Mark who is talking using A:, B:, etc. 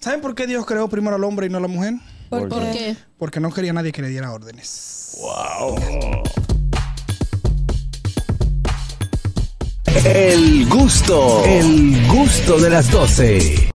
A: ¿Saben por qué Dios creó primero al hombre y no a la mujer?
B: ¿Por,
C: ¿Por
B: qué?
C: qué?
A: Porque no quería nadie que le diera órdenes.
D: El gusto, el gusto de las 12.